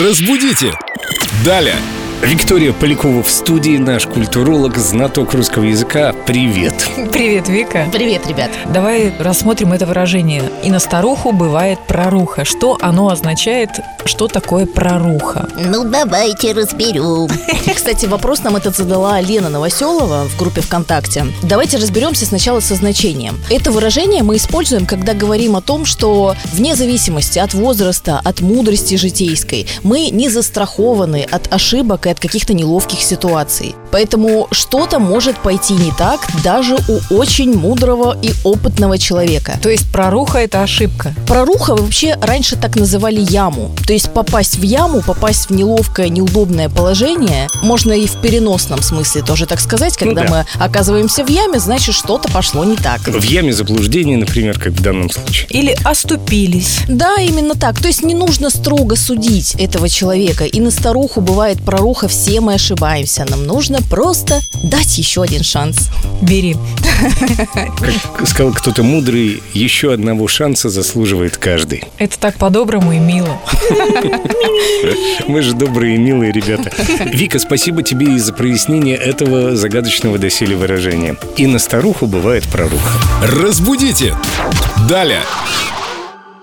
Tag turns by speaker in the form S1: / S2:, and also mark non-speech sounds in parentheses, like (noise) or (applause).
S1: Разбудите! Далее! Виктория Полякова в студии, наш культуролог, знаток русского языка. Привет!
S2: Привет, Вика.
S3: Привет, ребят.
S2: Давай рассмотрим это выражение. И на старуху бывает проруха. Что оно означает? Что такое проруха?
S3: Ну, давайте разберем. (laughs) Кстати, вопрос нам этот задала Лена Новоселова в группе ВКонтакте. Давайте разберемся сначала со значением. Это выражение мы используем, когда говорим о том, что вне зависимости от возраста, от мудрости житейской, мы не застрахованы от ошибок и от каких-то неловких ситуаций. Поэтому что-то может пойти не так даже у очень мудрого и опытного человека.
S2: То есть проруха – это ошибка.
S3: Проруха вообще раньше так называли яму. То есть попасть в яму, попасть в неловкое, неудобное положение можно и в переносном смысле тоже так сказать. Когда
S1: да.
S3: мы оказываемся в яме, значит что-то пошло не так.
S1: В яме заблуждений, например, как в данном случае.
S2: Или оступились.
S3: Да, именно так. То есть не нужно строго судить этого человека. И на старуху бывает проруха, все мы ошибаемся. Нам нужно просто дать еще один шанс.
S2: Бери.
S1: Как сказал кто-то мудрый, еще одного шанса заслуживает каждый.
S2: Это так по-доброму и мило.
S1: Мы же добрые и милые ребята. Вика, спасибо тебе и за прояснение этого загадочного доселе выражения. И на старуху бывает проруха.
S4: Разбудите! Далее!